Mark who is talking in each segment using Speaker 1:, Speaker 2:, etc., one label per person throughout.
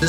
Speaker 1: 时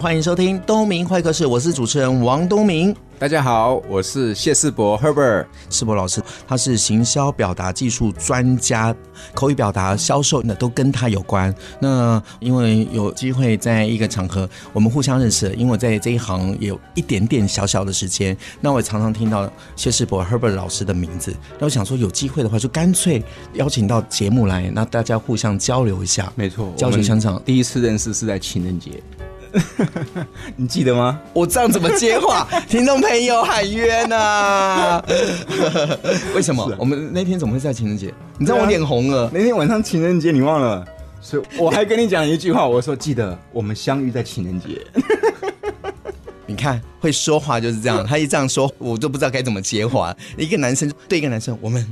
Speaker 1: 欢迎收听东明会客室，我是主持人王东明。
Speaker 2: 大家好，我是谢世博 Herbert。
Speaker 1: 世博老师，他是行销表达技术专家，口语表达、销售那都跟他有关。那因为有机会在一个场合，我们互相认识，因为我在这一行也有一点点小小的时间，那我也常常听到谢世博 Herbert 老师的名字。那我想说，有机会的话，就干脆邀请到节目来，那大家互相交流一下。
Speaker 2: 没错，
Speaker 1: 教学相长
Speaker 2: 第一次认识是在情人节， 你记得吗？
Speaker 1: 我这样怎么接话？ 听众朋友喊冤 呐、 为什么、
Speaker 2: 啊
Speaker 1: 我们那天怎么会在情人节？你知道我脸红了。
Speaker 2: 那天晚上情人节你忘了？所以我还跟你讲一句话，我说记得我们相遇在情人节。
Speaker 1: 你看，会说话就是这 样，他一这样说，我就不知道该怎么接话。一个男生对一个男生，我们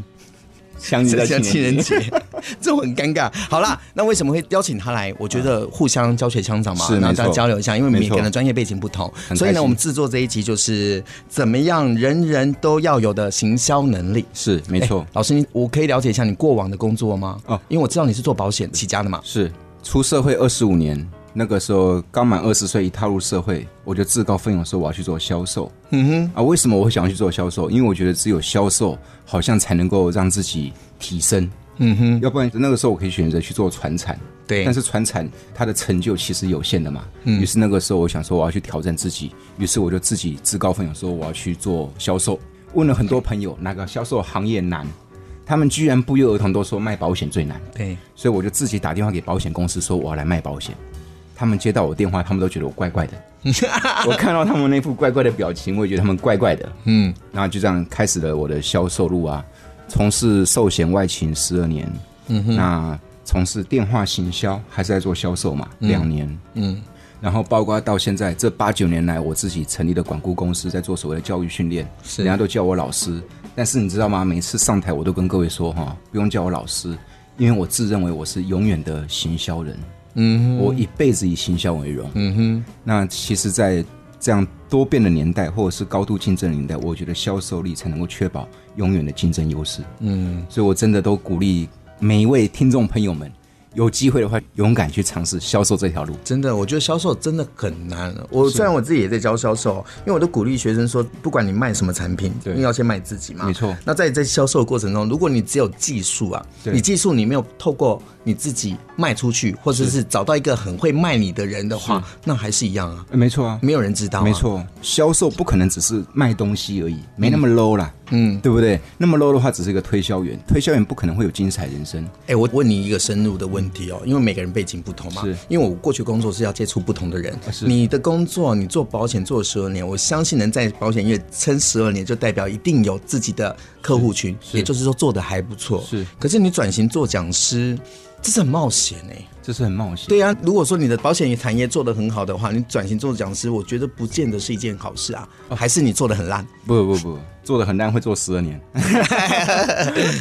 Speaker 2: 相遇在
Speaker 1: 像
Speaker 2: 情
Speaker 1: 情
Speaker 2: 人
Speaker 1: 人
Speaker 2: 节，
Speaker 1: 节， 这很尴尬。好啦，那为什么会邀请他来？我觉得互相教学相长嘛，
Speaker 2: 啊是
Speaker 1: 然后
Speaker 2: 没错
Speaker 1: 大家交流一下，因为
Speaker 2: 没
Speaker 1: 每个人的
Speaker 2: 错
Speaker 1: 专业背景不同，
Speaker 2: 很
Speaker 1: 所以
Speaker 2: 开
Speaker 1: 呢，
Speaker 2: 心
Speaker 1: 我们制作这一集就是怎么样人人都要有的行销能力。
Speaker 2: 是没错
Speaker 1: 哎，老师，你我可以了解一下你过往的工作吗？
Speaker 2: 哦
Speaker 1: 因为我知道你是做保险起家的嘛。
Speaker 2: 是出社会二十五年，那个时候刚满二十岁，一踏入社会，我就自告奋勇说我要去做销售。嗯哼，啊，为什么我会想要去做销售？因为我觉得只有销售好像才能够让自己提升。嗯哼，要不然那个时候我可以选择去做传产，
Speaker 1: 对
Speaker 2: 但是传产它的成就其实有限的嘛。嗯，于是那个时候我想说我要去挑战自己，于是我就自己自告奋勇说我要去做销售。问了很多朋友哪个销售行业难，他们居然不约而同都说卖保险最难。
Speaker 1: 对，
Speaker 2: 所以我就自己打电话给保险公司说我要来卖保险。他们接到我电话，他们都觉得我怪怪 的。我看到他们那副怪怪的表情，我也觉得他们怪怪的。嗯，然后就这样开始了我的销售路啊，从事寿险外勤十二年，嗯哼，那从事电话行销还是在做销售嘛，两、年，嗯，然后包括到现在这八九年来，我自己成立的管顾公司，在做所谓的教育训练，
Speaker 1: 是
Speaker 2: 人家都叫我老师，但是你知道吗？每次上台我都跟各位说哈，不用叫我老师，因为我自认为我是永远的行销人，嗯，我一辈子以行销为荣，嗯哼。那其实，在这样多变的年代，或者是高度竞争的年代，我觉得销售力才能够确保永远的竞争优势，嗯。所以我真的都鼓励每一位听众朋友们，有机会的话，勇敢去尝试销售这条路。
Speaker 1: 真的，我觉得销售真的很难。我虽然我自己也在教销售，因为我都鼓励学生说，不管你卖什么产品，
Speaker 2: 对
Speaker 1: 你要先卖自己嘛。
Speaker 2: 没错
Speaker 1: 那在在销售的过程中，如果你只有技术啊，
Speaker 2: 对
Speaker 1: 你技术你没有透过你自己卖出去，或者是找到一个很会卖你的人的话，那还是一样啊，
Speaker 2: 呃没错啊，
Speaker 1: 没有人知道、
Speaker 2: 没，错，啊销售不可能只是卖东西而已，没那么 low 啦，嗯，对不对？那么 low 的话，只是一个推销员，推销员不可能会有精彩人生。
Speaker 1: 哎、我问你一个深入的问题哦，因为每个人背景不同嘛。
Speaker 2: 是啊
Speaker 1: 因为我过去工作是要接触不同的人。
Speaker 2: 是
Speaker 1: 你的工作，你做保险做十二年，我相信能在保险业撑十二年，就代表一定有自己的客户群，
Speaker 2: 是
Speaker 1: 也就是说做的还不错。
Speaker 2: 是
Speaker 1: 可是你转型做讲师，这是很冒险哎、
Speaker 2: 这是很冒险，
Speaker 1: 对呀、如果说你的保险产业做得很好的话，你转型做讲师，我觉得不见得是一件好事啊。
Speaker 2: 哦
Speaker 1: 还是你做的很烂？
Speaker 2: 不不不，做的很烂会做十二 年，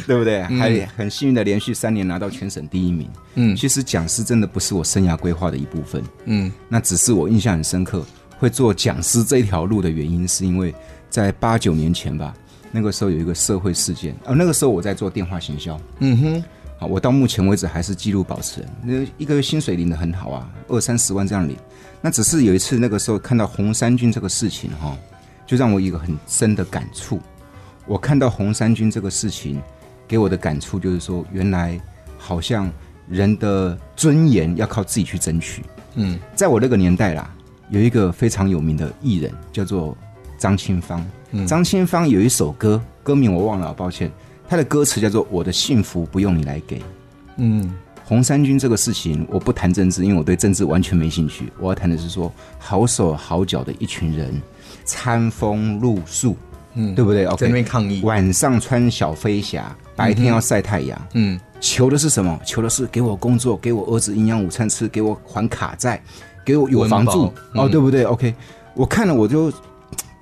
Speaker 2: 对不对？还很幸运的连续三年拿到全省第一名。嗯，其实讲师真的不是我生涯规划的一部分。嗯，那只是我印象很深刻，会做讲师这一条路的原因，是因为在八九年前吧，那个时候有一个社会事件，呃，那个时候我在做电话行销。嗯哼。好，我到目前为止还是纪录保持人，那一个月薪水领的很好啊，二三十万这样领。那只是有一次那个时候看到红衫军这个事情哈、就让我有一个很深的感触。我看到红衫军这个事情，给我的感触就是说，原来好像人的尊严要靠自己去争取。嗯，在我那个年代啦，有一个非常有名的艺人叫做张清芳。
Speaker 1: 嗯
Speaker 2: 张清芳有一首歌，歌名我忘了，抱歉。他的歌词叫做《我的幸福不用你来给》。
Speaker 1: 嗯，
Speaker 2: 红衫军这个事情，我不谈政治，因为我对政治完全没兴趣。我要谈的是说，好手好脚的一群人，餐风露宿，嗯，对不对
Speaker 1: 在那边
Speaker 2: ？OK，
Speaker 1: 抗议。
Speaker 2: 晚上穿小飞侠，白天要晒太阳，
Speaker 1: 嗯，
Speaker 2: 求的是什么？求的是给我工作，给我儿子营养午餐吃，给我还卡债，给我有房住
Speaker 1: 温，饱嗯
Speaker 2: 哦，对不对？OK，我看了我就嘖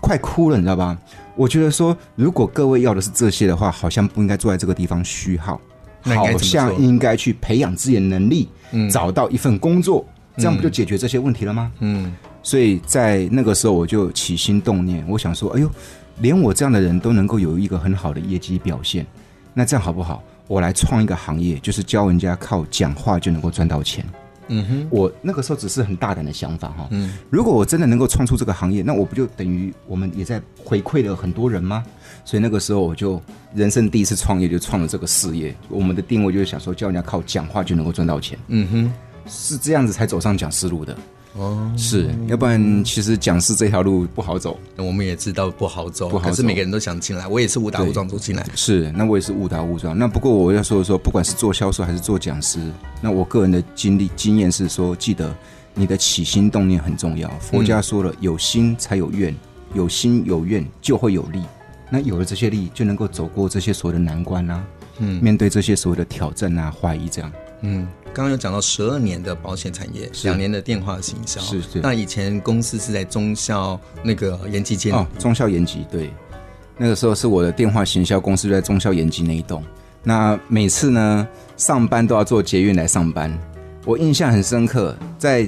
Speaker 2: 快哭了，你知道吧？我觉得说，如果各位要的是这些的话，好像不应该坐在这个地方虚耗。
Speaker 1: 那应该
Speaker 2: 好
Speaker 1: 怎么
Speaker 2: 像
Speaker 1: 做？嗯
Speaker 2: 应该去培养自己的能力，找到一份工作，这样不就解决这些问题了吗？
Speaker 1: 嗯
Speaker 2: 所以在那个时候我就起心动念，我想说，哎呦，连我这样的人都能够有一个很好的业绩表现，那这样好不好？我来创一个行业，就是教人家靠讲话就能够赚到钱。
Speaker 1: 嗯哼，
Speaker 2: 我那个时候只是很大胆的想法哈，嗯，如果我真的能够创出这个行业，那我不就等于我们也在回馈了很多人吗？所以那个时候我就人生第一次创业，就创了这个事业。我们的定位就是想说，教人家靠讲话就能够赚到钱，
Speaker 1: 嗯哼，
Speaker 2: 是这样子才走上讲师路的。
Speaker 1: 哦，
Speaker 2: 是，要不然其实讲师这条路不好走。
Speaker 1: 那我们也知道不好走，
Speaker 2: 不好
Speaker 1: 可是
Speaker 2: 走
Speaker 1: 每个人都想进来，我也是误打误撞走进来。
Speaker 2: 是，那我也是误打误撞。那不过我要说的说，不管是做销售还是做讲师，那我个人的经历经验是说，记得你的起心动念很重要。佛家说了，有心才有愿，有心有愿就会有力。那有了这些力，就能够走过这些所谓的难关啊，嗯，面对这些所谓的挑战啊、怀疑这样。
Speaker 1: 嗯，刚刚有讲到十二年的保险产业，两年的电话行销，
Speaker 2: 是是
Speaker 1: 那以前公司是在中校那个延吉街，
Speaker 2: 哦，中校延吉，对，那个时候是我的电话行销公司就在中校延吉那一栋。那每次呢，上班都要坐捷运来上班。我印象很深刻，在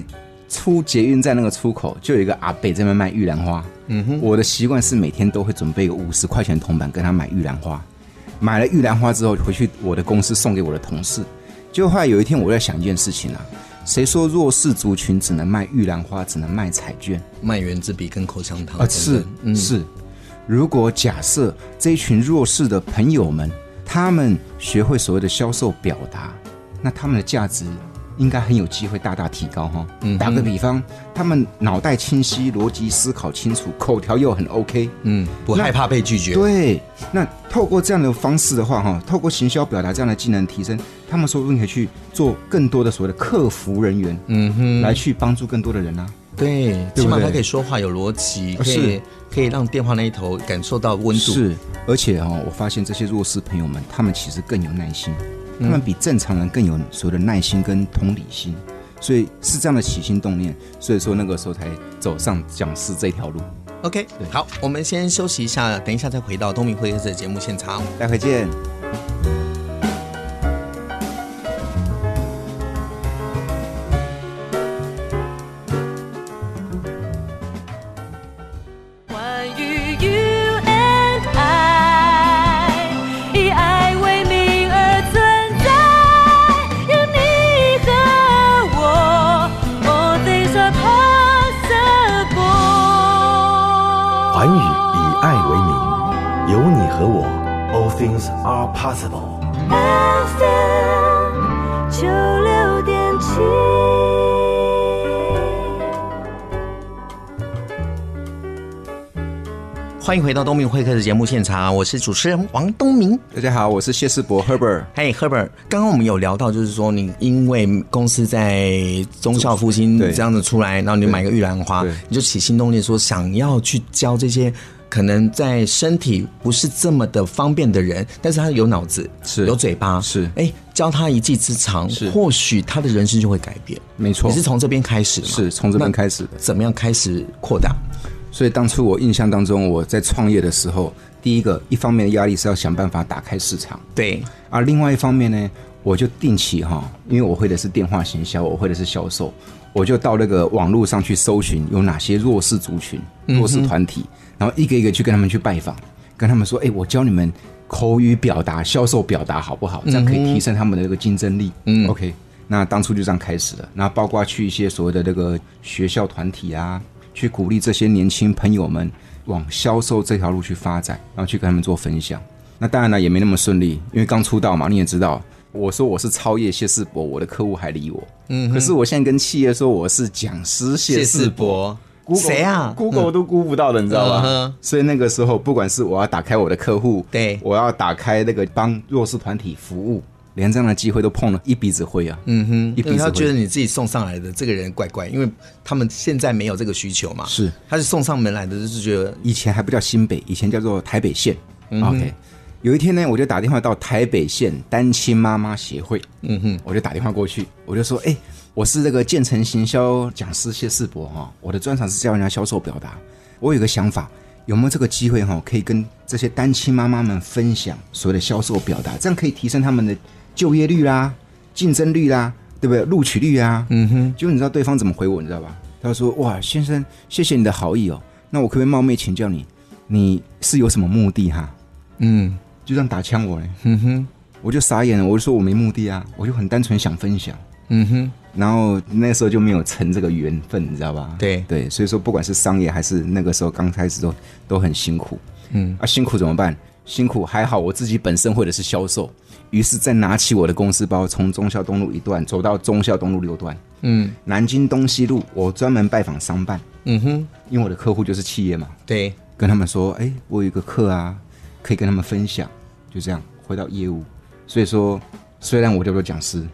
Speaker 2: 出捷运站那个出口，就有一个阿伯在那边卖玉兰花。嗯哼，我的习惯是每天都会准备个五十块钱铜板跟他买玉兰花。买了玉兰花之后，回去我的公司送给我的同事。结果后来有一天，我在想一件事情啊，谁说弱势族群只能卖玉兰花，只能卖彩券？
Speaker 1: 卖原子笔跟口香糖
Speaker 2: 啊，
Speaker 1: 等等
Speaker 2: 是是。如果假设这一群弱势的朋友们，他们学会所谓的销售表达，那他们的价值应该很有机会大大提高哈。打个比方，他们脑袋清晰，逻辑思考清楚，口条又很 OK，
Speaker 1: 嗯，不害怕被拒绝，
Speaker 2: 对，那透过这样的方式的话，哈，透过行销表达这样的技能提升，他们说不定可以去做更多的所谓的客服人员，
Speaker 1: 嗯哼，
Speaker 2: 来去帮助更多的人啊。
Speaker 1: 对，
Speaker 2: 对
Speaker 1: 起码
Speaker 2: 不对
Speaker 1: 他可以说话有逻辑，
Speaker 2: 呃
Speaker 1: 可以
Speaker 2: 是
Speaker 1: 可以让电话那一头感受到温度。
Speaker 2: 是，而且哈、哦，我发现这些弱势朋友们，他们其实更有耐心，他们比正常人更有所谓的耐心跟同理心，所以是这样的起心动念，所以说那个时候才走上讲师这条路。
Speaker 1: OK，好，我们先休息一下，等一下再回到东明会客室的节目现场。
Speaker 2: 待会见。
Speaker 3: 关于 You and I，以爱为名而存在，有你和我，All things are possible。
Speaker 4: 韩语以爱为名，有你和我，All things are possible。
Speaker 3: FM 九六点七。
Speaker 1: 欢迎回到东明会客室的节目现场，我是主持人王东明。
Speaker 2: 大家好，我是谢世博 Herbert。
Speaker 1: 嘿、h e r b e r t 刚刚我们有聊到，就是说你因为公司在中校复兴
Speaker 2: 对
Speaker 1: 这样子出来，然后你买个玉兰花
Speaker 2: 对，
Speaker 1: 你就起心动念说想要去教这些可能在身体不是这么的方便的人，但是他有脑子，
Speaker 2: 是
Speaker 1: 有嘴巴，
Speaker 2: 是
Speaker 1: 哎，教他一技之长，
Speaker 2: 是
Speaker 1: 或许他的人生就会改变。
Speaker 2: 没错
Speaker 1: 你是从这边开始的吗？
Speaker 2: 是从这边
Speaker 1: 那
Speaker 2: 开始的
Speaker 1: 怎么样开始扩大？
Speaker 2: 所以当初我印象当中，我在创业的时候，第一个一方面的压力是要想办法打开市场，
Speaker 1: 对，
Speaker 2: 而啊另外一方面呢，我就定期哈，因为我会的是电话行销，我会的是销售，我就到那个网络上去搜寻有哪些弱势族群、弱势团体，然后一个一个去跟他们去拜访，跟他们说，哎、我教你们口语表达、销售表达好不好？这样可以提升他们的这个竞争力。嗯，OK。那当初就这样开始了，那包括去一些所谓的那个学校团体啊，去鼓励这些年轻朋友们往销售这条路去发展，然后去跟他们做分享。那当然了，也没那么顺利，因为刚出道嘛，你也知道，我说我是超越谢世博，我的客户还理我。嗯，可是我现在跟企业说我是讲师谢世博。
Speaker 1: 博
Speaker 2: Google-
Speaker 1: 谁啊？
Speaker 2: ？Google 都估不到的，你知道吧？
Speaker 1: 嗯哼
Speaker 2: 所以那个时候，不管是我要打开我的客户，
Speaker 1: 对
Speaker 2: 我要打开那个帮弱势团体服务，连这样的机会都碰了一鼻子灰啊！嗯哼，一
Speaker 1: 因
Speaker 2: 鼻
Speaker 1: 为他
Speaker 2: 子
Speaker 1: 觉得
Speaker 2: 灰。
Speaker 1: 你自己送上来的这个人怪怪，因为他们现在没有这个需求嘛。
Speaker 2: 是，
Speaker 1: 他是送上门来的，就是觉得
Speaker 2: 以前还不叫新北，以前叫做台北县。OK，有
Speaker 1: 嗯
Speaker 2: 一天呢，我就打电话到台北县单亲妈妈协会，嗯哼，我就打电话过去，我就说，哎、我是这个建成行销讲师谢世博哈、我的专长是教人家销售表达，我有个想法。有没有这个机会哈、可以跟这些单亲妈妈们分享所谓的销售表达，这样可以提升他们的就业率啦、竞争率啦，对不对？录取率啊，嗯哼。就你知道对方怎么回我，你知道吧？他说：“哇，先生，谢谢你的好意哦，那我可不可以冒昧请教你，你是有什么目的哈、
Speaker 1: 嗯
Speaker 2: 就这样打枪我嘞，
Speaker 1: 嗯哼
Speaker 2: 我就傻眼了，我就说我没目的啊，我就很单纯想分享。
Speaker 1: 嗯哼，
Speaker 2: 然后那时候就没有成这个缘分，你知道吧？
Speaker 1: 对
Speaker 2: 对，所以说不管是商业还是那个时候刚开始都都很辛苦，嗯啊辛苦怎么办？辛苦还好我自己本身会的是销售，于是再拿起我的公司包，从忠孝东路一段走到忠孝东路六段，
Speaker 1: 嗯
Speaker 2: 南京东西路，我专门拜访商办，
Speaker 1: 嗯哼，
Speaker 2: 因为我的客户就是企业嘛，
Speaker 1: 对，
Speaker 2: 跟他们说，哎，我有一个课啊，可以跟他们分享，就这样回到业务。所以说，虽然我叫做讲师，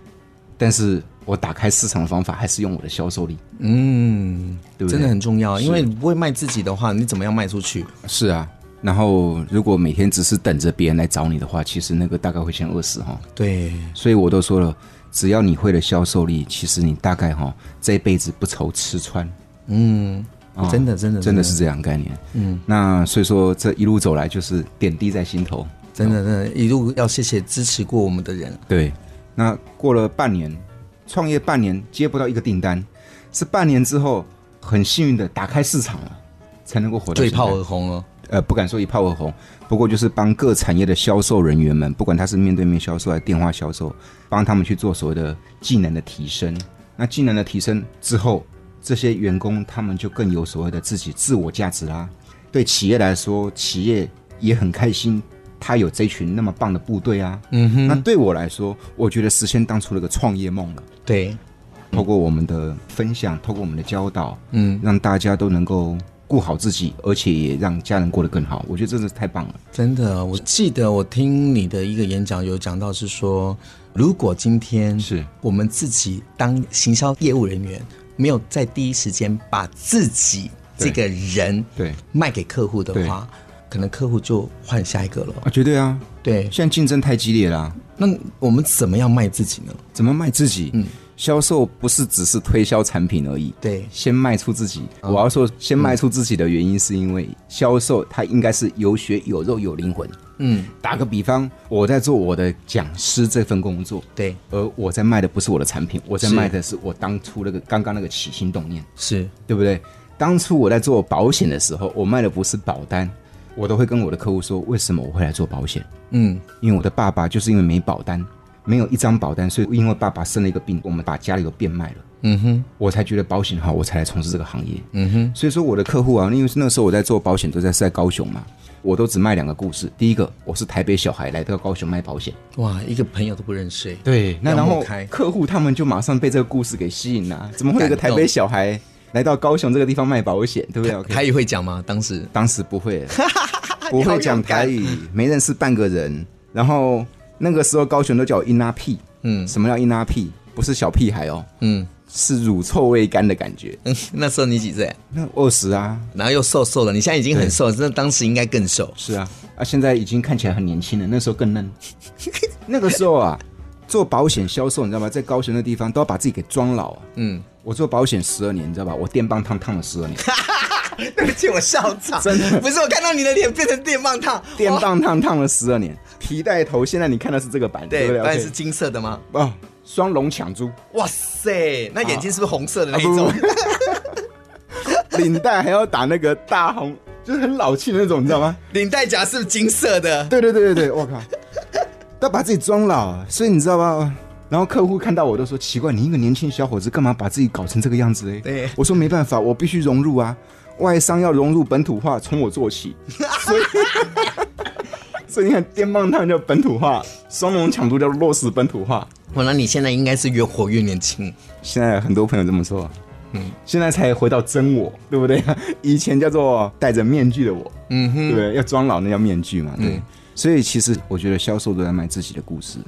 Speaker 2: 但是我打开市场的方法还是用我的销售力，
Speaker 1: 嗯，
Speaker 2: 对不对？
Speaker 1: 真的很重要，因为你不会卖自己的话，你怎么样卖出去？
Speaker 2: 是啊。然后，如果每天只是等着别人来找你的话，其实那个大概会先饿死哈、
Speaker 1: 对，
Speaker 2: 所以我都说了，只要你会了销售力，其实你大概哈、这一辈子不愁吃穿。
Speaker 1: 嗯，
Speaker 2: 啊
Speaker 1: 真的真的
Speaker 2: 真的是这样的概念。嗯，那所以说这一路走来就是点滴在心头。
Speaker 1: 真的真的，一路要谢谢支持过我们的人，
Speaker 2: 对，那过了半年，创业半年接不到一个订单，是半年之后很幸运的打开市场了，才能够活到
Speaker 1: 就一
Speaker 2: 现在
Speaker 1: 炮而红了。
Speaker 2: 呃，不敢说一炮而红，不过就是帮各产业的销售人员们，不管他是面对面销售还是电话销售，帮他们去做所谓的技能的提升。那技能的提升之后，这些员工他们就更有所谓的自己自我价值啦。对企业来说，企业也很开心，他有这群那么棒的部队啊。嗯哼。那对我来说，我觉得实现当初那个创业梦了。
Speaker 1: 对，
Speaker 2: 透过我们的分享，透过我们的教导，
Speaker 1: 嗯，
Speaker 2: 让大家都能够顾好自己，而且也让家人过得更好。我觉得真的是太棒了。
Speaker 1: 真的，我记得我听你的一个演讲有讲到是说，如果今天
Speaker 2: 是
Speaker 1: 我们自己当行销业务人员，没有在第一时间把自己这
Speaker 2: 对
Speaker 1: 个人
Speaker 2: 对
Speaker 1: 卖给客户的话，可能客户就换下一个了。
Speaker 2: 啊，绝对啊！
Speaker 1: 对，
Speaker 2: 现在竞争太激烈啦、
Speaker 1: 那我们怎么样卖自己呢？
Speaker 2: 怎么卖自己？嗯，销售不是只是推销产品而已。
Speaker 1: 对啊
Speaker 2: 先卖出自己。我要说，先卖出自己的原因是因为销售它应该是有血有肉有灵魂。
Speaker 1: 嗯，
Speaker 2: 打个比方，我在做我的讲师这份工作，
Speaker 1: 对，
Speaker 2: 而我在卖的不是我的产品，我在
Speaker 1: 是
Speaker 2: 卖的是我当初那个刚刚那个起心动念。
Speaker 1: 是，
Speaker 2: 对不对？当初我在做保险的时候，我卖的不是保单，我都会跟我的客户说，为什么我会来做保险？
Speaker 1: 嗯，
Speaker 2: 因为我的爸爸就是因为没保单，没有一张保单，所以因为爸爸生了一个病，我们把家里都变卖了。
Speaker 1: 嗯哼，
Speaker 2: 我才觉得保险好，我才来从事这个行业。嗯哼，所以说我的客户啊，因为那时候我在做保险，都在是在高雄嘛，我都只卖两个故事。第一个，我是台北小孩来到高雄卖保险，
Speaker 1: 哇，一个朋友都不认识，
Speaker 2: 对，那
Speaker 1: 要
Speaker 2: 然
Speaker 1: 抹
Speaker 2: 后
Speaker 1: 开
Speaker 2: 客户他们就马上被这个故事给吸引了、啊怎么会有一个
Speaker 1: 感
Speaker 2: 台
Speaker 1: 动
Speaker 2: 北小孩来到高雄这个地方卖保险，对不对？OK，
Speaker 1: 台语会讲吗？当时
Speaker 2: 当时不会， 不会讲台语，没认识半个人。然后那个时候高雄都叫我英拉屁，嗯，什么叫英拉屁？不是小屁孩哦，
Speaker 1: 嗯，
Speaker 2: 是乳臭未干的感觉。
Speaker 1: 那时候你几岁？
Speaker 2: 那二十啊，
Speaker 1: 然后又瘦瘦的，你现在已经很瘦了，那当时应该更瘦。
Speaker 2: 是啊，啊，现在已经看起来很年轻了，那时候更 嫩。那个时候啊，做保险销售，你知道吗？在高雄的地方都要把自己给装老啊。
Speaker 1: 嗯，
Speaker 2: 我做保险十二年，你知道吧？我电棒烫烫了十二年，
Speaker 1: 对不起，我笑场，
Speaker 2: 真的
Speaker 1: 不是我看到你的脸变成电棒烫，
Speaker 2: 电
Speaker 1: 哇
Speaker 2: 棒烫烫了十二年，皮带头现在你看的是这个版，
Speaker 1: 对，
Speaker 2: 对不对
Speaker 1: 当然
Speaker 2: OK？
Speaker 1: 是金色的吗？
Speaker 2: 哦，双龙抢珠，
Speaker 1: 哇塞，那眼睛是不是红色的那
Speaker 2: 啊
Speaker 1: 一
Speaker 2: 不
Speaker 1: 种？
Speaker 2: 领带还要打那个大红，就是很老气的那种，你知道吗？
Speaker 1: 领带夹是不是金色的？
Speaker 2: 对对对对对，我靠，要把自己装老，所以你知道吧？然后客户看到我都说奇怪，你一个年轻小伙子干嘛把自己搞成这个样子嘞？
Speaker 1: 对
Speaker 2: 我说没办法，我必须融入啊，外商要融入本土化，从我做起。所以，所以你看，电棒烫叫本土化，双龙抢珠叫落实本土化。
Speaker 1: 我那你现在应该是越活越年轻。
Speaker 2: 现在很多朋友这么说，嗯，现在才回到真我，对不对？ 以前叫做戴着面具的我，嗯哼，对不对，要装老那叫面具
Speaker 1: 嗯
Speaker 2: 嘛，对。所以其实我觉得销售都在卖自己的故事，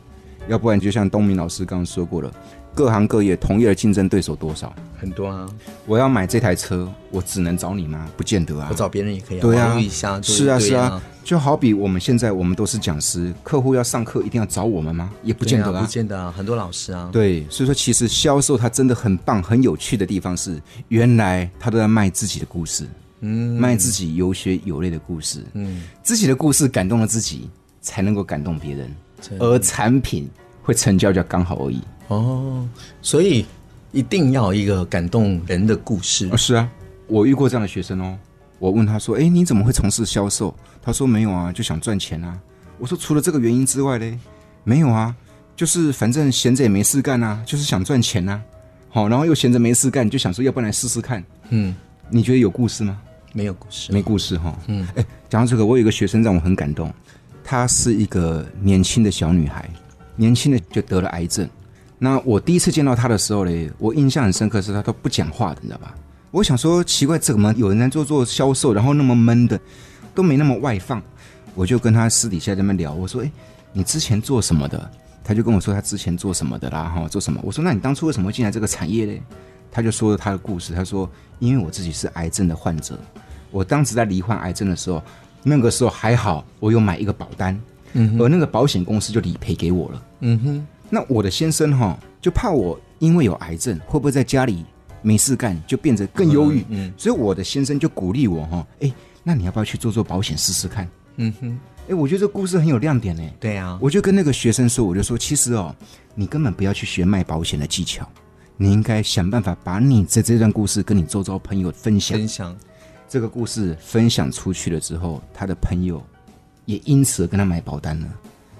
Speaker 2: 要不然就像东明老师刚刚说过了，各行各业同业的竞争对手多少？
Speaker 1: 很多啊，
Speaker 2: 我要买这台车，我只能找你吗？不见得啊，
Speaker 1: 我找别人也可以、啊，
Speaker 2: 对
Speaker 1: 网
Speaker 2: 啊
Speaker 1: 络一下，就是
Speaker 2: 啊
Speaker 1: 对
Speaker 2: 是啊，，就好比我们现在我们都是讲师，客户要上课一定要找我们吗？也不
Speaker 1: 不
Speaker 2: 见得
Speaker 1: 啊，不见得啊，很多老师啊，
Speaker 2: 对，所以说其实销售它真的很棒、很有趣的地方是，原来他都在卖自己的故事，嗯，卖自己有血有泪的故事，嗯，自己的故事感动了自己，才能够感动别人，而产品会成交就刚好而已。
Speaker 1: 哦，所以一定要一个感动人的故事
Speaker 2: 啊，。是啊，我遇过这样的学生哦。我问他说：“哎，你怎么会从事销售？”他说：“没有啊，就想赚钱啊。”我说：“除了这个原因之外嘞，没有啊，就是反正闲着也没事干啊，就是想赚钱啊。好，然后又闲着没事干，就想说要不然来试试看。
Speaker 1: 嗯，
Speaker 2: 你觉得有故事吗？
Speaker 1: 没有故事，
Speaker 2: 没故事哈、嗯，哎，讲到这个，我有一个学生让我很感动，她是一个年轻的小女孩，年轻的就得了癌症。那我第一次见到她的时候嘞，我印象很深刻是她都不讲话的，你知道吧？我想说奇怪，怎么有人在做做销售，然后那么闷的，都没那么外放？我就跟她私底下在那边聊，我说，哎，你之前做什么的？她就跟我说她之前做什么的啦，哈，做什么？我说那你当初为什么会进来这个产业嘞？她就说了她的故事，她说因为我自己是癌症的患者，我当时在罹患癌症的时候，那个时候还好，我有买一个保单，嗯，而那个保险公司就理赔给我了。
Speaker 1: 嗯哼，
Speaker 2: 那我的先生哈、就怕我因为有癌症，会不会在家里没事干就变得更忧郁？嗯，所以我的先生就鼓励我哈、哎，那你要不要去做做保险试试看？
Speaker 1: 嗯哼，
Speaker 2: 哎，我觉得这故事很有亮点呢。
Speaker 1: 对啊，
Speaker 2: 我就跟那个学生说，我就说，其实哦，你根本不要去学卖保险的技巧，你应该想办法把你这这段故事跟你周遭朋友分享
Speaker 1: 分。享，
Speaker 2: 这个故事分享出去了之后，他的朋友也因此而跟他买保单了，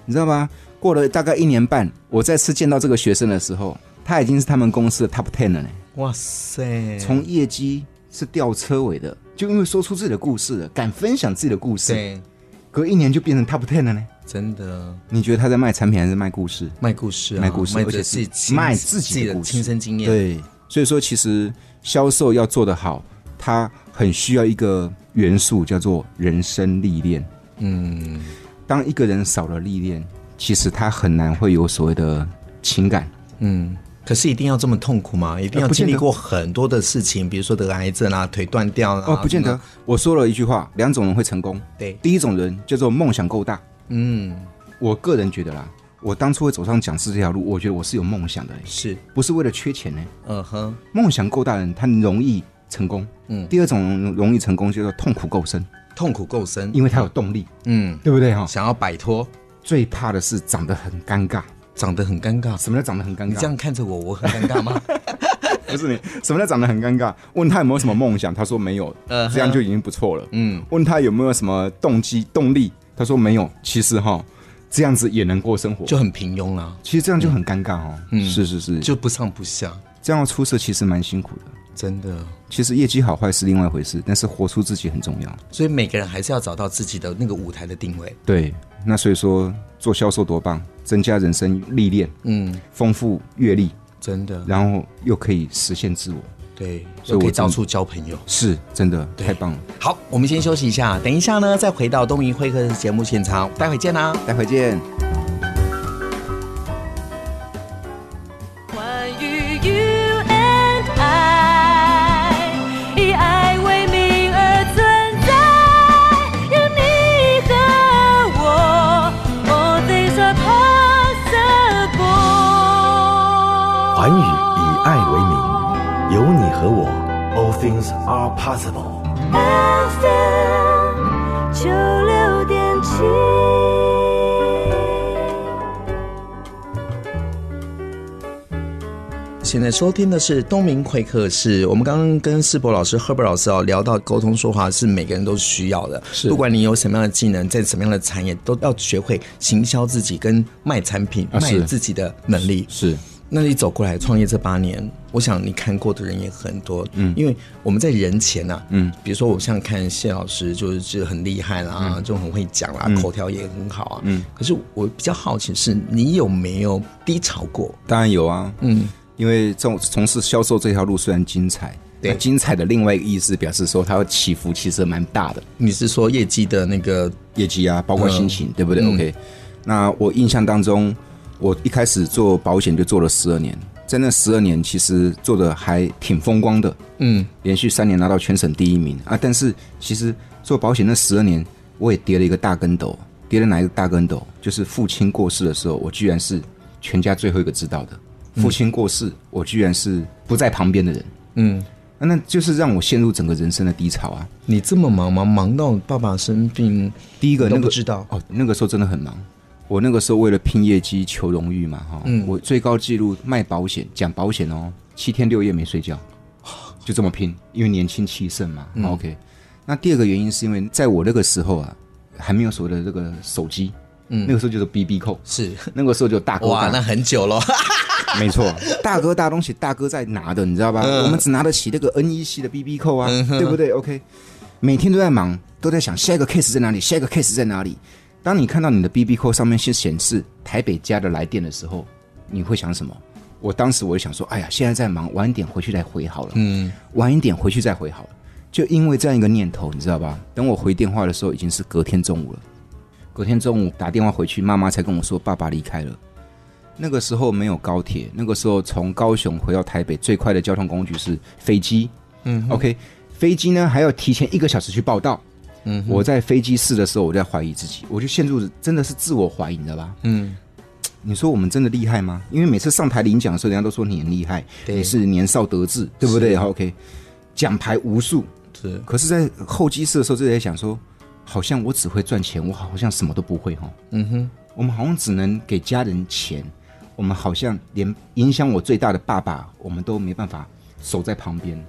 Speaker 2: 你知道吗？过了大概一年半，我再次见到这个学生的时候，他已经是他们公司的 top ten 了呢，
Speaker 1: 哇塞，
Speaker 2: 从业绩是吊车尾的，就因为说出自己的故事了，敢分享自己的故事，
Speaker 1: 对，
Speaker 2: 隔一年就变成 top ten 了呢。
Speaker 1: 真的
Speaker 2: 你觉得他在卖产品还是卖故事？
Speaker 1: 卖故事啊，
Speaker 2: 卖故事，
Speaker 1: 卖
Speaker 2: 而且
Speaker 1: 自己
Speaker 2: 是
Speaker 1: 亲
Speaker 2: 卖
Speaker 1: 自
Speaker 2: 自己
Speaker 1: 的
Speaker 2: 的故事
Speaker 1: 亲身经验，，
Speaker 2: 对，所以说其实销售要做得好，它很需要一个元素叫做人生历练。
Speaker 1: 嗯，
Speaker 2: 当一个人少了历练，其实他很难会有所谓的情感。
Speaker 1: 嗯，可是一定要这么痛苦吗？一定要
Speaker 2: 呃不见
Speaker 1: 经
Speaker 2: 得
Speaker 1: 历过很多的事情，比如说得癌症啊，腿断掉啊，
Speaker 2: 哦，不见
Speaker 1: 什
Speaker 2: 得
Speaker 1: 么。。
Speaker 2: 我说了一句话，两种人会成功。
Speaker 1: 对，
Speaker 2: 第一种人叫做梦想够大。
Speaker 1: 嗯，
Speaker 2: 我个人觉得啦，我当初会走上讲师这条路，我觉得我是有梦想的，
Speaker 1: 是，
Speaker 2: 不是为了缺钱呢。
Speaker 1: 嗯哼，
Speaker 2: 梦想够大的人，他容易成功。
Speaker 1: 嗯
Speaker 2: 第二种容易成功叫做痛苦够深，
Speaker 1: 痛苦够深，
Speaker 2: 因为他有动力，
Speaker 1: 嗯，
Speaker 2: 对不对哈、
Speaker 1: 想要摆脱，
Speaker 2: 最怕的是长得很尴尬。
Speaker 1: 长得很尴尬。
Speaker 2: 什么叫长得很尴
Speaker 1: 你
Speaker 2: 尬？
Speaker 1: 这样看着我，我很尴尬 吗？
Speaker 2: 不是你，什么叫长得很尴尬？问他有没有什么梦想，他说没有，
Speaker 1: 嗯哼
Speaker 2: 这样就已经不错了。
Speaker 1: 嗯，
Speaker 2: 问他有没有什么动机动力，他说没有。其实哈，这样子也能过生活，
Speaker 1: 就很平庸啦，
Speaker 2: 其实这样就很尴尬哦。嗯，是是是，就
Speaker 1: 就不上不下，
Speaker 2: 这样出色其实蛮辛苦的。
Speaker 1: 真的。
Speaker 2: 其实业绩好坏是另外一回事，但是活出自己很重要。
Speaker 1: 所以每个人还是要找到自己的那个舞台的定位。
Speaker 2: 对，那所以说做销售多棒，增加人生历练，
Speaker 1: 嗯，
Speaker 2: 丰富阅历，
Speaker 1: 真的，
Speaker 2: 然后又可以实现自我，
Speaker 1: 对，
Speaker 2: 所以
Speaker 1: 就
Speaker 2: 我
Speaker 1: 可以到
Speaker 2: 真
Speaker 1: 处交朋友。
Speaker 2: 是真的
Speaker 1: 对
Speaker 2: 太棒了。
Speaker 1: 好，我们先休息一下，等一下呢，再回到东明会客的节目现场，待会见啊啦。
Speaker 2: 待会见。
Speaker 3: 关于 you and I，以爱为名而存在，有你和我，All things are possible。
Speaker 4: 环宇以爱为名，有你和我，All things are possible。
Speaker 3: FM 九六点七。
Speaker 1: 现在收听的是东明会客室。我们刚刚跟世博老师、赫伯老师哦聊到沟通说话是每个人都需要的，
Speaker 2: 是
Speaker 1: 不管你有什么样的技能，在什么样的产业，都要学会行销自己跟卖产品、
Speaker 2: 啊
Speaker 1: 卖
Speaker 2: 是
Speaker 1: 自己的能力。
Speaker 2: 是
Speaker 1: 那你走过来创业这八年，我想你看过的人也很多，嗯，因为我们在人前呐、嗯，比如说我像看谢老师就是是很厉害
Speaker 2: 嗯
Speaker 1: 啦，就很会讲啦，口条也很好啊，嗯，可是我比较好奇是你有没有低潮过？
Speaker 2: 当然有啊，
Speaker 1: 嗯，
Speaker 2: 因为从从事销售这条路虽然精彩，
Speaker 1: 对
Speaker 2: 那精彩的另外一个意思表示说它会起伏其实蛮大的，
Speaker 1: 你是说业绩的那个
Speaker 2: 业绩啊，包括心情，
Speaker 1: 嗯
Speaker 2: 对不对、o k 那我印象当中，我一开始做保险就做了十二年，在那十二年其实做的还挺风光的，
Speaker 1: 嗯，
Speaker 2: 连续三年拿到全省第一名啊。但是其实做保险那十二年，我也跌了一个大跟斗，跌了哪一个大跟斗？就是父亲过世的时候，我居然是全家最后一个知道的。父亲过世，我居然是不在旁边的人，
Speaker 1: 嗯，
Speaker 2: 啊那就是让我陷入整个人生的低潮啊。
Speaker 1: 你这么忙吗？忙到爸爸生病，
Speaker 2: 第一个
Speaker 1: 你都
Speaker 2: 那个
Speaker 1: 不知道
Speaker 2: 哦，那个时候真的很忙。我那个时候为了拼业绩求荣誉嘛，哈、
Speaker 1: 嗯
Speaker 2: 我最高纪录卖保险，讲保险哦，七天六夜没睡觉， 就这么拼，因为年轻气盛嘛。OK，那
Speaker 1: 嗯
Speaker 2: 哦第二个原因是因为在我那个时候啊，还没有所谓的这个手机，
Speaker 1: 嗯
Speaker 2: 那个时候就是 BB 扣，
Speaker 1: 是
Speaker 2: 那个时候就大哥 大
Speaker 1: 哇，那很久 了，
Speaker 2: 没错，大哥大东西大哥在拿的，你知道吧？
Speaker 1: 嗯
Speaker 2: 我们只拿得起那个 N 一系的 BB 扣啊，对不对？OK，每天都在忙，都在想下一个 case 在哪里，下一个 case 在哪里。当你看到你的 BB 扣上面先显示台北家的来电的时候，你会想什么？我当时我就想说，哎呀，现在在忙，晚一点回去再回好了。嗯，晚一点回去再回好了。就因为这样一个念头，你知道吧？等我回电话的时候，已经是隔天中午了。隔天中午打电话回去，妈妈才跟我说爸爸离开了。那个时候没有高铁，那个时候从高雄回到台北最快的交通工具是飞机。嗯，OK，飞机呢还要提前一个小时去报到。嗯，我在飞机室的时候，我在怀疑自己，我就陷入真的是自我怀疑，你知道吧？
Speaker 1: 嗯，
Speaker 2: 你说我们真的厉害吗？因为每次上台领奖的时候，人家都说你很厉害，
Speaker 1: 对
Speaker 2: 你是年少得志，对不对？OK，奖牌无数，
Speaker 1: 是
Speaker 2: 可是，在候机室的时候，就在想说，好像我只会赚钱，我好像什么都不会哈。嗯哼，我们好像只能给家人钱，我们好像连影响我最大的爸爸，我们都没办法守在旁边。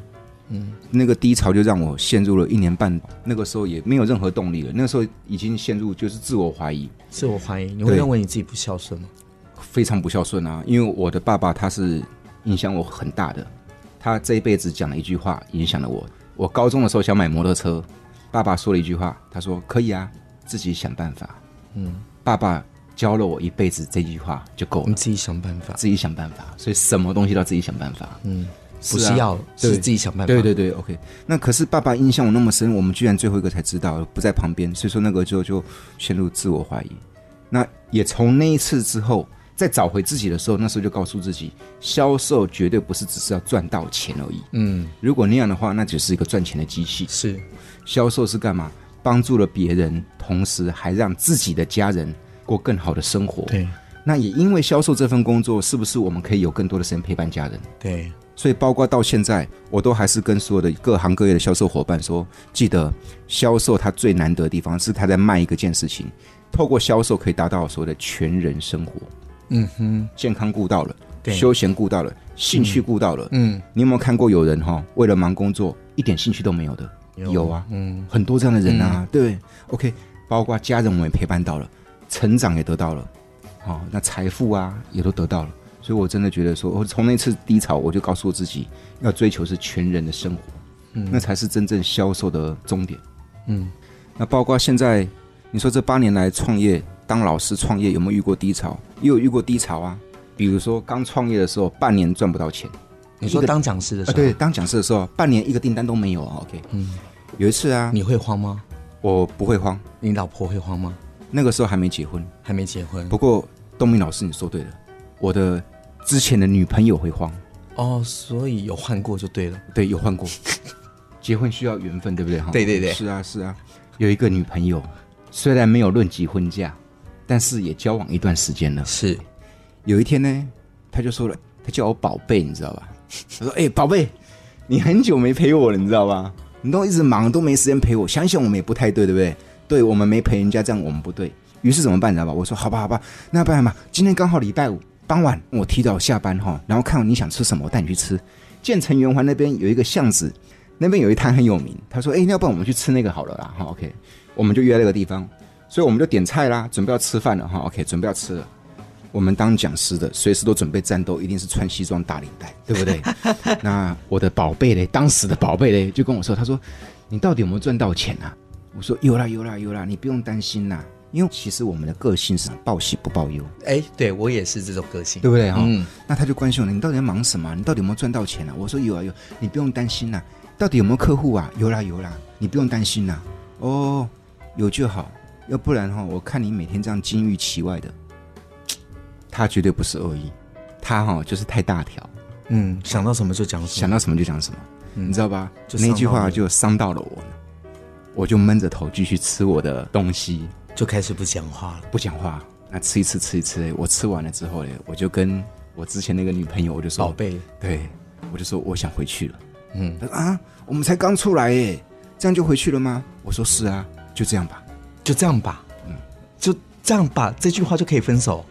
Speaker 2: 嗯，那个低潮就让我陷入了一年半，那个时候也没有任何动力了。那时候已经陷入就是自我怀疑，
Speaker 1: 自我怀疑，你会
Speaker 2: 对
Speaker 1: 认为你自己不孝顺吗？
Speaker 2: 非常不孝顺啊。因为我的爸爸他是影响我很大的，他这一辈子讲了一句话影响了我。我高中的时候想买摩托车，爸爸说了一句话，他说：“可以啊，自己想办法。”嗯，爸爸教了我一辈子这句话就够
Speaker 1: 你
Speaker 2: 了，
Speaker 1: 自己想办法，
Speaker 2: 自己想办法。所以什么东西都要自己想办法。嗯，
Speaker 1: 不是要是
Speaker 2: 对
Speaker 1: 自己想办法。
Speaker 2: 对对对，OK。那可是爸爸印象我那么深，我们居然最后一个才知道不在旁边，所以说那个就就陷入自我怀疑。那也从那一次之后，再找回自己的时候，那时候就告诉自己，销售绝对不是只是要赚到钱而已。
Speaker 1: 嗯，
Speaker 2: 如果那样的话，那只是一个赚钱的机器。
Speaker 1: 是
Speaker 2: 销售是干嘛？帮助了别人，同时还让自己的家人过更好的生活。，
Speaker 1: 对
Speaker 2: 那也因为销售这份工作，是不是我们可以有更多的时间陪伴家人？
Speaker 1: 对，
Speaker 2: 所以包括到现在，我都还是跟所有的各行各业的销售伙伴说，记得销售它最难得的地方是它在卖一个件事情，透过销售可以达到所谓的全人生活。
Speaker 1: 嗯哼，
Speaker 2: 健康顾到了，
Speaker 1: 对
Speaker 2: 休闲顾到了，兴趣顾到了。
Speaker 1: 嗯，
Speaker 2: 你有没有看过有人哈、为了忙工作一点兴趣都没有的？有啊，嗯，很多这样的人啊，对，OK，包括家人我们也陪伴到了，成长也得到了，好、那财富啊也都得到了。所以我真的觉得说，我从那次低潮，我就告诉我自己，要追求是全人的生活，嗯，那才是真正销售的终点。
Speaker 1: 嗯
Speaker 2: 那包括现在，你说这八年来创业，当老师创业有没有遇过低潮？也有遇过低潮啊。比如说刚创业的时候，半年赚不到钱啊，
Speaker 1: 你说当讲师的时候，
Speaker 2: 对，当讲师的时候，半年一个订单都没有啊。OK，嗯，有一次啊，
Speaker 1: 你会慌吗？
Speaker 2: 我不会慌，
Speaker 1: 你老婆会慌吗？
Speaker 2: 那个时候还没结婚。
Speaker 1: 还没结婚
Speaker 2: 不过东明老师你说对了，我的之前的女朋友会慌，
Speaker 1: 哦，所以有换过就对了。
Speaker 2: 对，有 换过。结婚需要缘分，对不对？哈，
Speaker 1: 对对对
Speaker 2: 是啊是啊。有一个女朋友，虽然没有论及婚嫁，但是也交往一段时间了。
Speaker 1: 是
Speaker 2: 有一天呢，他就说了，他叫我宝贝，你知道吧？他说：“哎、宝贝，你很久没陪我了，你知道吧？你都一直忙，都没时间陪我。想想我们也不太对，对不对？对我们没陪人家，这样我们不对。于是怎么办，你知道吧？我说：好吧，好吧，那不然吧，今天刚好礼拜五傍晚，我提早下班哈，然后看你想吃什么，我带你去吃。建成圆环那边有一个巷子，那边有一摊很有名。他说：哎、那要不然我们去吃那个好了啦。哈，OK，我们就约那个地方，所以我们就点菜啦，准备要吃饭了哈。OK，准备要吃了。”我们当讲师的，随时都准备战斗，一定是穿西装打领带， 对不对？那我的宝贝嘞，当时的宝贝嘞，就跟我说，他说：“你到底有没有赚到钱啊？”我说：“有啦，有啦，有啦，你不用担心啦，因为其实我们的个性是报喜不报忧，
Speaker 1: 哎，对我也是这种个性
Speaker 2: 对。不对哈、
Speaker 1: 嗯
Speaker 2: 那他就关心我了，你到底在忙什么啊、你到底有没有赚到钱啊？我说有啊有，你不用担心啦、到底有没有客户啊？有啦有啦，你不用担心啦、哦，有就好，要不然哈、我看你每天这样金玉其外的，他绝对不是恶意，他哈、就是太大条，
Speaker 1: 嗯，想到什么就讲什
Speaker 2: 想
Speaker 1: 么。
Speaker 2: 到什么就讲什么，你知道吧？
Speaker 1: 就伤
Speaker 2: 那
Speaker 1: 到
Speaker 2: 句话
Speaker 1: 你
Speaker 2: 就伤到了我了，我就闷着头继续吃我的东西，
Speaker 1: 就开始不讲话了。
Speaker 2: 不讲话。那吃一吃吃一吃嘞，我吃完了之后嘞，我就跟我之前那个女朋友，我就说
Speaker 1: 宝贝，
Speaker 2: 对，我就说我想回去了。
Speaker 1: 嗯
Speaker 2: 嗯，他说啊，我们才刚出来耶，这样就回去了吗？我说是啊，就这样吧。
Speaker 1: 嗯就这样吧。就这样吧，这句话就可以分手。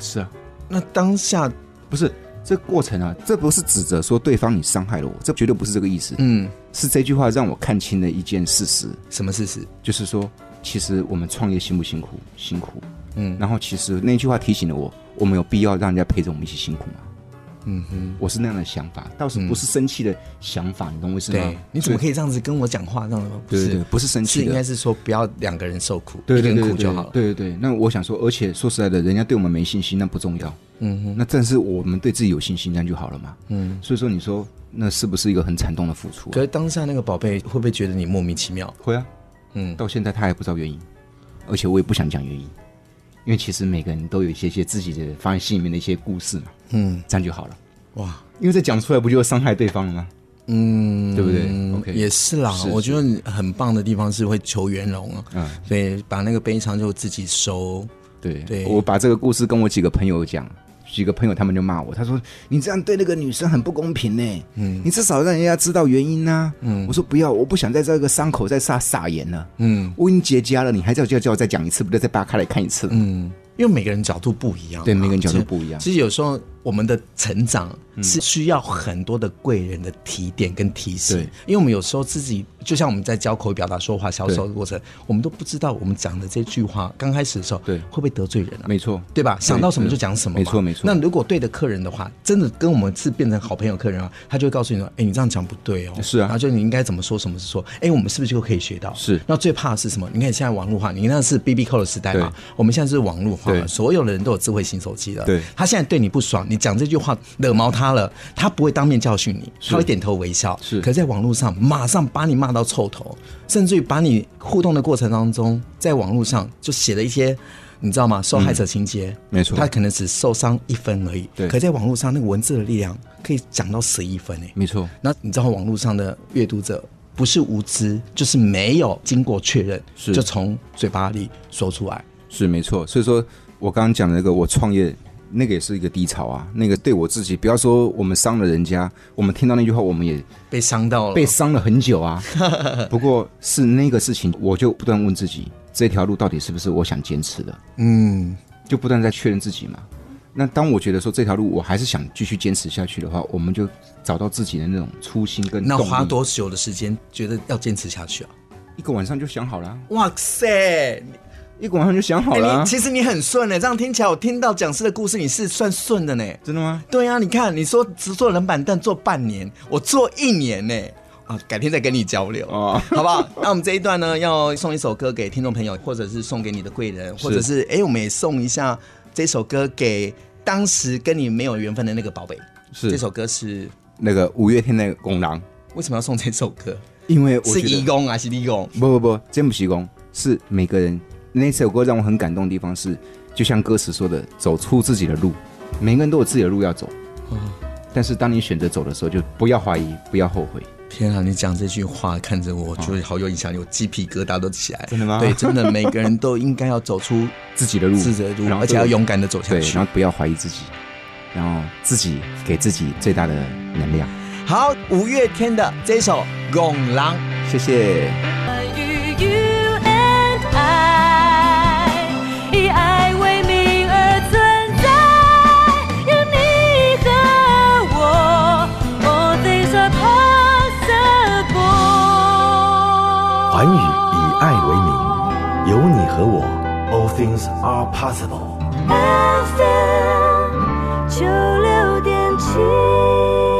Speaker 2: 是啊，
Speaker 1: 那当下，
Speaker 2: 不是这过程啊，这不是指责说对方你伤害了我，这绝对不是这个意思。
Speaker 1: 嗯，
Speaker 2: 是这句话让我看清了一件事实，
Speaker 1: 什么事实？
Speaker 2: 就是说，其实我们创业辛不辛苦？辛苦。
Speaker 1: 嗯
Speaker 2: 然后其实那句话提醒了我，我们有必要让人家陪着我们一起辛苦吗？
Speaker 1: 嗯哼，
Speaker 2: 我是那样的想法，倒是不是生气的想法，嗯你懂我意思吗
Speaker 1: 对？，你怎么可
Speaker 2: 以？
Speaker 1: 以这样子跟我讲话？这样子吗不
Speaker 2: 对对对
Speaker 1: 是，
Speaker 2: 不是生气
Speaker 1: 是
Speaker 2: 的
Speaker 1: 应该是说不要两个人受苦，
Speaker 2: 对
Speaker 1: 一
Speaker 2: 对
Speaker 1: 个
Speaker 2: 对
Speaker 1: 人
Speaker 2: 对
Speaker 1: 苦就好了。
Speaker 2: 对对对，那我想说，而且说实在的，人家对我们没信心，那不重要。
Speaker 1: 嗯哼，
Speaker 2: 那正是我们对自己有信心，这样就好了嘛。嗯，所以说你说那是不是一个很惨痛的付出啊、
Speaker 1: 可是当下那个宝贝会不会觉得你莫名其妙？
Speaker 2: 会啊，
Speaker 1: 嗯
Speaker 2: 到现在他还不知道原因，而且我也不想讲原因，因为其实每个人都有一些些自己的放在心里面的一些故事嘛，
Speaker 1: 嗯，
Speaker 2: 这样就好了。
Speaker 1: 哇，
Speaker 2: 因为这讲出来不就伤害对方了吗？
Speaker 1: 嗯，
Speaker 2: 对不对？OK
Speaker 1: 也是啦。
Speaker 2: 是
Speaker 1: 我觉得你很棒的地方是会求圆融啊，
Speaker 2: 嗯，
Speaker 1: 对，把那个悲伤就自己收。
Speaker 2: 对，
Speaker 1: 对
Speaker 2: 我把这个故事跟我几个朋友讲，几个朋友他们就骂我，他说你这样对那个女生很不公平呢，嗯，你至少让人家知道原因呐、嗯，我说不要，我不想在这个伤口再撒撒盐了，
Speaker 1: 嗯
Speaker 2: 我已经结痂了，你还叫叫叫我再讲一次，不对，再扒开来看一次，嗯，
Speaker 1: 嗯，因为每个人角度不一样嘛，
Speaker 2: 对，每个人角
Speaker 1: 其
Speaker 2: 度
Speaker 1: 实
Speaker 2: 不一样，嗯
Speaker 1: 其实有时候我们的成长是需要很多的贵人的提点跟提醒，
Speaker 2: 对
Speaker 1: 因为我们有时候自己就像我们在教口语表达、说话、销售的过程，我们都不知道我们讲的这句话刚开始的时候，
Speaker 2: 对
Speaker 1: 会不会得罪人啊？
Speaker 2: 没错，
Speaker 1: 对吧？想到什么就讲什么嘛，
Speaker 2: 没错没错
Speaker 1: 那如果对的客人的话，真的跟我们是变成好朋友客人啊，他就会告诉你说：“哎，你这样讲不对哦。”
Speaker 2: 是啊
Speaker 1: 然后就你应该怎么说，什么是说。哎，我们是不是就可以学到？
Speaker 2: 是
Speaker 1: 那最怕的是什么？你看现在网络化，你那是 B B 扣的时代嘛
Speaker 2: 对，
Speaker 1: 我们现在是网络化了，
Speaker 2: 对
Speaker 1: 所有的人都有智慧型手机了。
Speaker 2: 对
Speaker 1: 他现在对你不爽，你讲这句话惹毛他了，他不会当面教训你，他会点头微笑。
Speaker 2: 是
Speaker 1: 可在网络上马上把你骂到臭头，甚至于把你互动的过程当中，在网络上就写了一些。你知道吗？受害者情节、
Speaker 2: 嗯没错
Speaker 1: 他可能只受伤一分而已。
Speaker 2: 对
Speaker 1: 可在网络上那个文字的力量可以讲到十一分诶、
Speaker 2: 没错，
Speaker 1: 那你知道网络上的阅读者不是无知，就是没有经过确认，
Speaker 2: 是
Speaker 1: 就从嘴巴里说出来。
Speaker 2: 是没错。所以说我刚刚讲的那个我创业。那个也是一个低潮啊，那个对我自己，不要说我们伤了人家，我们听到那句话，我们也
Speaker 1: 被伤到了，
Speaker 2: 被伤了很 久啊。不过是那个事情，我就不断问自己，这条路到底是不是我想坚持的？
Speaker 1: 嗯，
Speaker 2: 就不断在确认自己嘛。那当我觉得说这条路我还是想继续坚持下去的话，我们就找到自己的那种初心跟
Speaker 1: 那
Speaker 2: 动力
Speaker 1: 花多久的时间觉得要坚持下去啊？
Speaker 2: 一个晚上就想好了啊，
Speaker 1: 哇塞！
Speaker 2: 一个晚上就想好
Speaker 1: 哎
Speaker 2: 了啊、
Speaker 1: 你其实你很顺欸呢，这样听起来我听到讲师的故事，你是算顺的呢。
Speaker 2: 真的吗？
Speaker 1: 对啊，你看你说只坐冷板凳坐半年，我坐一年呢。啊，改天再跟你交流，
Speaker 2: 哦
Speaker 1: 好不好？ 那我们这一段呢，要送一首歌给听众朋友，或者是送给你的贵人，或者是哎、我们也送一下这首歌给当时跟你没有缘分的那个宝贝。
Speaker 2: 是
Speaker 1: 这首歌是
Speaker 2: 那个五月天的《拱狼》，
Speaker 1: 为什么要送这首歌？
Speaker 2: 因为我
Speaker 1: 是
Speaker 2: 觉得
Speaker 1: 义工还是立工？
Speaker 2: 不不不，真不习功，是每个人那首歌让我很感动的地方是，就像歌词说的，走出自己的路，每个人都有自己的路要走。
Speaker 1: 嗯
Speaker 2: 但是当你选择走的时候，就不要怀疑，不要后悔。
Speaker 1: 天啊！你讲这句话，看着我就好有影响力，我鸡皮疙瘩都起来。
Speaker 2: 真的吗
Speaker 1: 对，真的，每个人都应该要走出
Speaker 2: 自己的路，
Speaker 1: 自己的路，
Speaker 2: 然后
Speaker 1: 而且要勇敢的走下
Speaker 2: 对，
Speaker 1: 去
Speaker 2: 然。后不要怀疑自己，然后自己给自己最大的能量。
Speaker 1: 好，五月天的这首《拱狼》。
Speaker 2: 谢谢。
Speaker 3: 于 you and I，以爱为名而存在，有你和我，All things are possible。
Speaker 4: 环宇以爱为名，有你和我，All things are possible。
Speaker 3: FM 九六点七。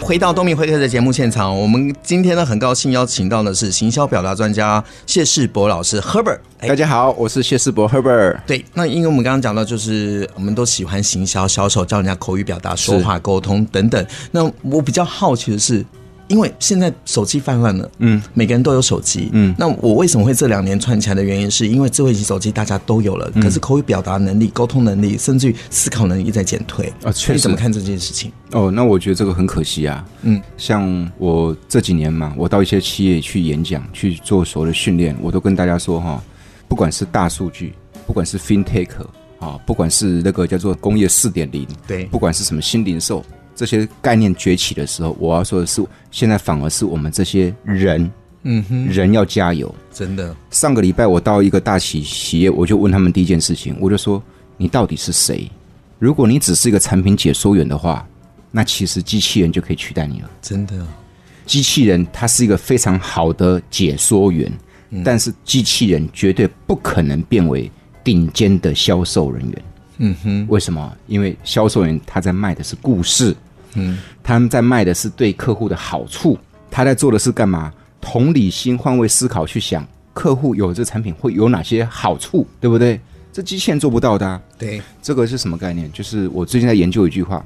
Speaker 1: 回到东明会客的节目现场，我们今天呢很高兴邀请到的是行销表达专家谢世博老师 Herbert。哎
Speaker 2: 大家好，我是谢世博 Herbert。
Speaker 1: 对，那因为我们刚刚讲到，就是我们都喜欢行销、销售，教人家口语表达、说话、沟通等等。那我比较好奇的是，因为现在手机泛滥了，
Speaker 2: 嗯，
Speaker 1: 每个人都有手机，
Speaker 2: 嗯
Speaker 1: 那我为什么会这两年串起来的原因，是因为智慧型手机大家都有了，
Speaker 2: 嗯
Speaker 1: 可是口语表达能力、沟通能力，甚至于思考能力一直在减退
Speaker 2: 啊确实
Speaker 1: 你怎么看这件事情？
Speaker 2: 哦，那我觉得这个很可惜啊。
Speaker 1: 嗯，
Speaker 2: 像我这几年嘛，我到一些企业去演讲、去做所谓的训练，我都跟大家说哈、不管是大数据，不管是 FinTech 啊、不管是那个叫做工业四点零，
Speaker 1: 对
Speaker 2: 不管是什么新零售这些概念崛起的时候，我要说的是，现在反而是我们这些人
Speaker 1: 嗯哼，
Speaker 2: 人要加油。
Speaker 1: 真的，
Speaker 2: 上个礼拜我到一个大企企业，我就问他们第一件事情，我就说你到底是谁？如果你只是一个产品解说员的话，那其实机器人就可以取代你了。
Speaker 1: 真的，
Speaker 2: 机器人它是一个非常好的解说员，
Speaker 1: 嗯
Speaker 2: 但是机器人绝对不可能变为顶尖的销售人员。
Speaker 1: 嗯哼，
Speaker 2: 为什么？因为销售员他在卖的是故事，嗯，他们在卖的是对客户的好处，他在做的是干嘛？同理心、换位思考去想，客户有这产品会有哪些好处，对不对？这机器人做不到的啊、
Speaker 1: 对，
Speaker 2: 这个是什么概念？就是我最近在研究一句话，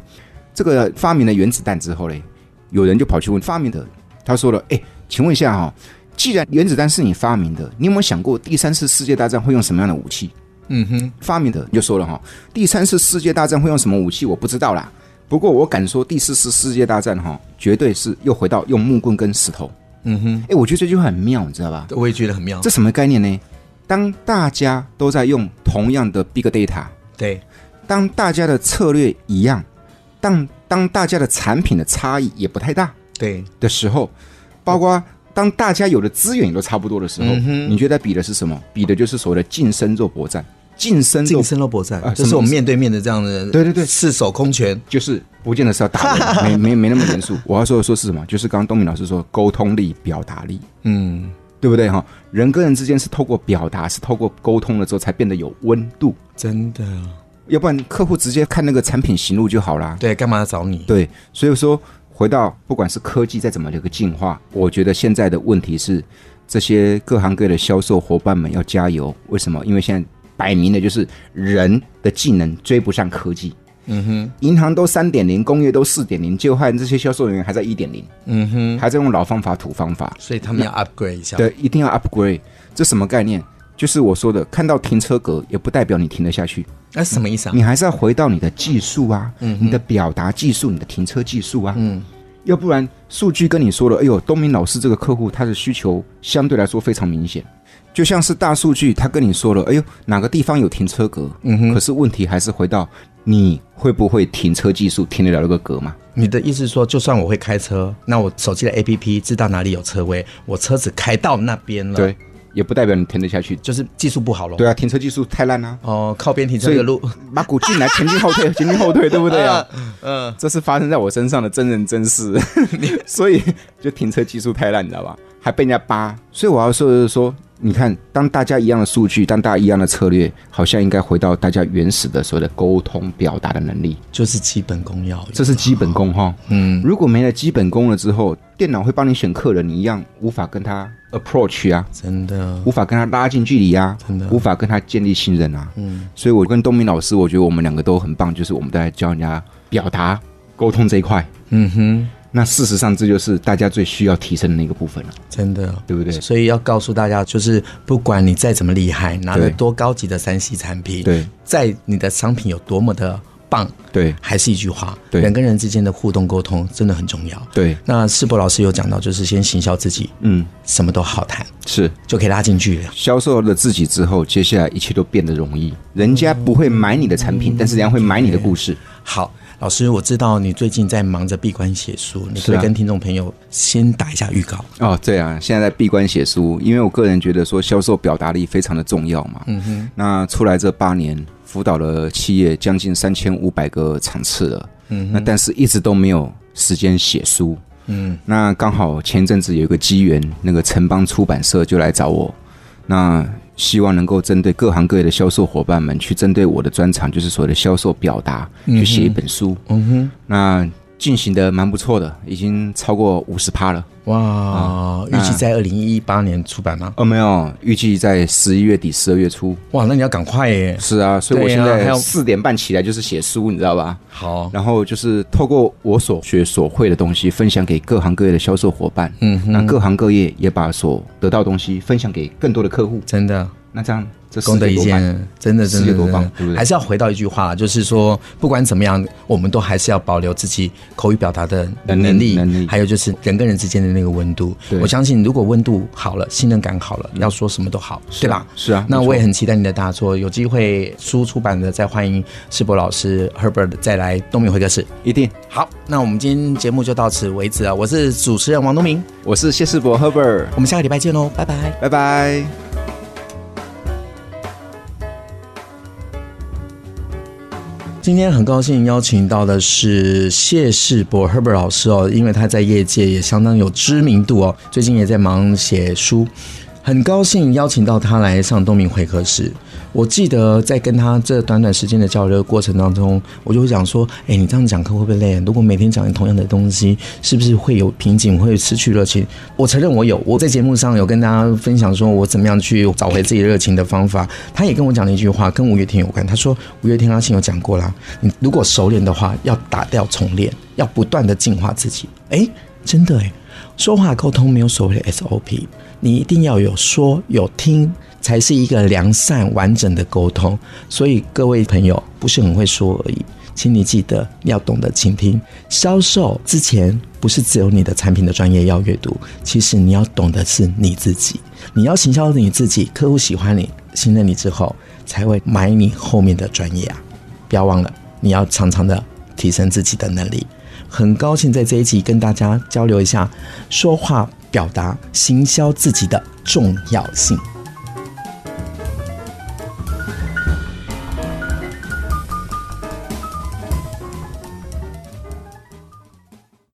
Speaker 2: 这个发明了原子弹之后嘞，有人就跑去问发明的，他说了：“哎，请问一下哈、既然原子弹是你发明的，你有没有想过第三次世界大战会用什么样的武器？”
Speaker 1: 嗯哼，
Speaker 2: 发明的就说了哈，第三次世界大战会用什么武器我不知道啦，不过我敢说第四次世界大战哈，绝对是又回到用木棍跟石头。
Speaker 1: 嗯哼，
Speaker 2: 哎，我觉得这句话很妙，你知道吧？
Speaker 1: 我也觉得很妙
Speaker 2: 这。什么概念呢？当大家都在用同样的 big data，
Speaker 1: 对，
Speaker 2: 当大家的策略一样，当当大家的产品的差异也不太大
Speaker 1: 对，
Speaker 2: 的时候，包括当大家有的资源也都差不多的时候，你觉得比的是什么？比的就是所谓的近身肉搏战，近身肉
Speaker 1: 近身肉搏战
Speaker 2: 啊，
Speaker 1: 这是我们
Speaker 2: 什么意思
Speaker 1: 面对面的这样的，
Speaker 2: 对对对
Speaker 1: 赤手空拳，
Speaker 2: 就是不见得是要打人，没没没那么严肃。我要说的说是什么？就是刚刚东明老师说，沟通力、表达力，
Speaker 1: 嗯，
Speaker 2: 对不对哈？人跟人之间是透过表达，是透过沟通了之后才变得有温度，
Speaker 1: 真的，
Speaker 2: 要不然客户直接看那个产品行路就好啦。
Speaker 1: 对，干嘛要找你？
Speaker 2: 对，所以说回到不管是科技再怎么的一个进化，我觉得现在的问题是，这些各行各业的销售伙伴们要加油。为什么？因为现在摆明的就是人的技能追不上科技。嗯哼，银行都三点零，工业都四点零，就看这些销售人员还在一点零，
Speaker 1: 嗯哼，
Speaker 2: 还在用老方法、土方法。
Speaker 1: 所以他们要 upgrade 一下，
Speaker 2: 对，一定要 upgrade。这什么概念？就是我说的，看到停车格也不代表你停得下去，
Speaker 1: 那什么意思啊
Speaker 2: 你？还是要回到你的技术啊，你的表达技术，你的停车技术啊，嗯，要不然数据跟你说了，哎呦，东明老师这个客户他的需求相对来说非常明显，就像是大数据，他跟你说了，哎呦，哪个地方有停车格，嗯哼，可是问题还是回到你会不会停车技术停得了那个格嘛？
Speaker 1: 你的意思是说，就算我会开车，那我手机的 APP 知道哪里有车位，我车子开到那边了，，
Speaker 2: 对，也不代表你停得下去。
Speaker 1: 就是技术不好咯。
Speaker 2: 对啊，停车技术太烂啦、
Speaker 1: 哦，靠边停车
Speaker 2: 所以
Speaker 1: 的路，
Speaker 2: 马古进来前进 后退，前进后退，对不对啊？嗯，这是发生在我身上的真人真 事，所以就停车技术太烂，你知道吧？还被人家扒，所以我要说的是说，你看，当大家一样的数据，当大家一样的策略，好像应该回到大家原始的所谓的沟通表达的能力，
Speaker 1: 就是基本功要有，
Speaker 2: 这是基本功哈。
Speaker 1: 嗯，
Speaker 2: 如果没了基本功了之后，电脑会帮你选客人，你一样无法跟他 approach 啊，
Speaker 1: 真的
Speaker 2: 无法跟他拉近距离啊
Speaker 1: 真的，
Speaker 2: 无法跟他建立信任啊。嗯，所以我跟东明老师，我觉得我们两个都很棒，就是我们都在教人家表达、沟通这一块。
Speaker 1: 嗯哼，
Speaker 2: 那事实上，这就是大家最需要提升的那个部分了、
Speaker 1: 真的，
Speaker 2: 对不对
Speaker 1: 所以要告诉大家，就是不管你再怎么厉害，拿了
Speaker 2: 对
Speaker 1: 多高级的三 C 产品，
Speaker 2: 对，
Speaker 1: 在你的商品有多么的棒，
Speaker 2: 对
Speaker 1: 还是一句话，
Speaker 2: 对
Speaker 1: 人跟人之间的互动沟通真的很重要。
Speaker 2: 对，
Speaker 1: 那世博老师有讲到，就是先行销自己，
Speaker 2: 嗯，
Speaker 1: 什么都好谈，
Speaker 2: 是
Speaker 1: 就可以拉近距离。
Speaker 2: 销售了自己之后，接下来一切都变得容易。人家
Speaker 1: 嗯
Speaker 2: 不会买你的产品，但是人家会买你的故事。
Speaker 1: 好，老师，我知道你最近在忙着闭关写书，你可
Speaker 2: 是
Speaker 1: 以
Speaker 2: 啊
Speaker 1: 跟听众朋友先打一下预告。
Speaker 2: 哦，对啊，现在在闭关写书，因为我个人觉得说销售表达力非常的重要嘛。嗯哼。那出来这八年，辅导了企业将近三千五百个场次了。嗯那但是一直都没有时间写书。嗯。那刚好前一阵子有一个机缘，那个城邦出版社就来找我，那希望能够针对各行各业的销售伙伴们，去针对我的专长，就是所谓的销售表达，去写一本书。
Speaker 1: 嗯哼，
Speaker 2: 那进行的蛮不错的，已经超过五十趴了。啊
Speaker 1: 哇，预计在二零一八年出版吗？
Speaker 2: 哦，没有，预计在十一月底、十二月初。
Speaker 1: 哇，那你要赶快耶！
Speaker 2: 是啊，所以我
Speaker 1: 对
Speaker 2: 现
Speaker 1: 啊还
Speaker 2: 在
Speaker 1: 有
Speaker 2: 四点半起来就是写书，你知道吧？
Speaker 1: 好，
Speaker 2: 然后就是透过我所学所会的东西，分享给各行各业的销售伙伴。嗯，那各行各业也把所得到的东西分享给更多的客户。
Speaker 1: 真的，
Speaker 2: 那这样这事
Speaker 1: 功德
Speaker 2: 有
Speaker 1: 一
Speaker 2: 多棒
Speaker 1: 件，真的
Speaker 2: 事
Speaker 1: 真的
Speaker 2: 业多
Speaker 1: 真的
Speaker 2: 棒对不对
Speaker 1: 还是要回到一句话，就是说，不管怎么样，我们都还是要保留自己口语表达的
Speaker 2: 能力
Speaker 1: 能力，
Speaker 2: 能力
Speaker 1: 还有就是人跟人之间的那个温度。
Speaker 2: 对
Speaker 1: 我相信，如果温度好了，信任感好了，要说什么都好，对吧？
Speaker 2: 是啊
Speaker 1: 那
Speaker 2: 没错
Speaker 1: 我也很期待你的大作，有机会书出版的再欢迎世博老师 Herbert 再来东明会客室。
Speaker 2: 一定。
Speaker 1: 好，那我们今天节目就到此为止啊！我是主持人王东明，
Speaker 2: 我是谢世博 Herbert，
Speaker 1: 我们下个礼拜见喽，拜拜。
Speaker 2: 拜拜。
Speaker 1: 今天很高兴邀请到的是谢世博 Herbert 老师哦，因为他在业界也相当有知名度哦，最近也在忙写书，很高兴邀请到他来上东明会客室。我记得在跟他这短短时间的交流过程当中，我就会想说，哎，你这样讲课会不会累？如果每天讲同样的东西，是不是会有瓶颈，会失去热情？我承认我有，我在节目上有跟大家分享说我怎么样去找回自己热情的方法。他也跟我讲了一句话，跟五月天有关。他说五月天阿信有讲过啦，你如果熟练的话，要打掉重练，要不断的进化自己。哎，真的哎，说话沟通没有所谓的 SOP，你一定要有说有听。才是一个良善完整的沟通，所以各位朋友不是很会说而已，请你记得要懂得倾听。销售之前不是只有你的产品的专业要阅读，其实你要懂的是你自己。你要行销你自己，客户喜欢你、信任你之后，才会买你后面的专业啊！不要忘了，你要常常的提升自己的能力。很高兴在这一集跟大家交流一下说话表达、行销自己的重要性。